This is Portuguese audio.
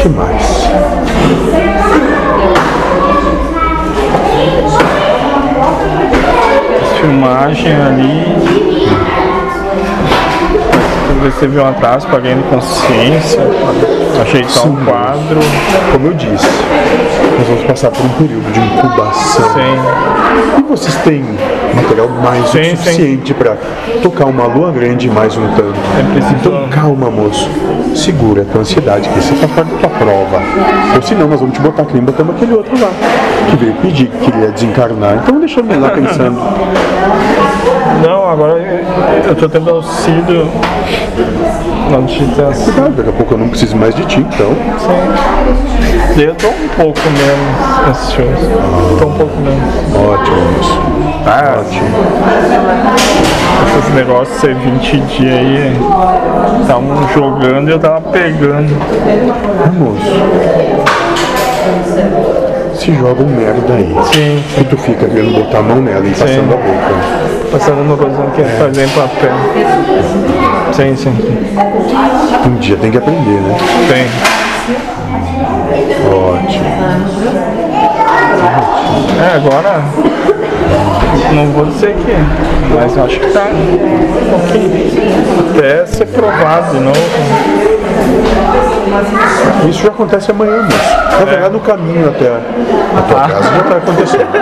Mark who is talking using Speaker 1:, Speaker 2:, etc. Speaker 1: que mais?
Speaker 2: Filmagem ali. Talvez teve um atraso pra ganhar consciência. Ajeitar
Speaker 1: Sim.
Speaker 2: o quadro.
Speaker 1: Como eu disse, nós vamos passar por um período de incubação.
Speaker 2: Sim.
Speaker 1: E vocês têm material mais do que
Speaker 2: Sim, sim.
Speaker 1: suficiente para tocar uma lua grande e mais um tanto.
Speaker 2: preciso-
Speaker 1: Então calma, moço. Segura a tua ansiedade, que você tá perto da tua prova. Ou senão nós vamos te botar aqui e botamos aquele outro lá. Que veio pedir que queria desencarnar. Então deixa ele lá pensando.
Speaker 2: Não, agora eu- eu tô tendo auxílio na digitação.
Speaker 1: Cuidado, Tá, daqui a pouco eu não preciso mais de ti, então.
Speaker 2: Sim. Eu tô um pouco menos ansioso. Tô um pouco menos.
Speaker 1: Ótimo, moço.
Speaker 2: Ah,
Speaker 1: Ótimo.
Speaker 2: esses negócios ser 20 dias aí. Estavam jogando e eu tava pegando.
Speaker 1: Ah, moço. Se joga um merda aí.
Speaker 2: Sim,
Speaker 1: E tu fica vendo botar a mão nela e passando a boca.
Speaker 2: passando uma coisa que é fazer em papel. Sim, sim.
Speaker 1: Um dia tem que aprender, né?
Speaker 2: Tem.
Speaker 1: Ótimo.
Speaker 2: É, agora. Não vou dizer que. Mas eu acho que tá. ok. Até ser provado de novo.
Speaker 1: Isso já acontece amanhã, moço. Na verdade, no caminho até a tua casa já tá acontecendo.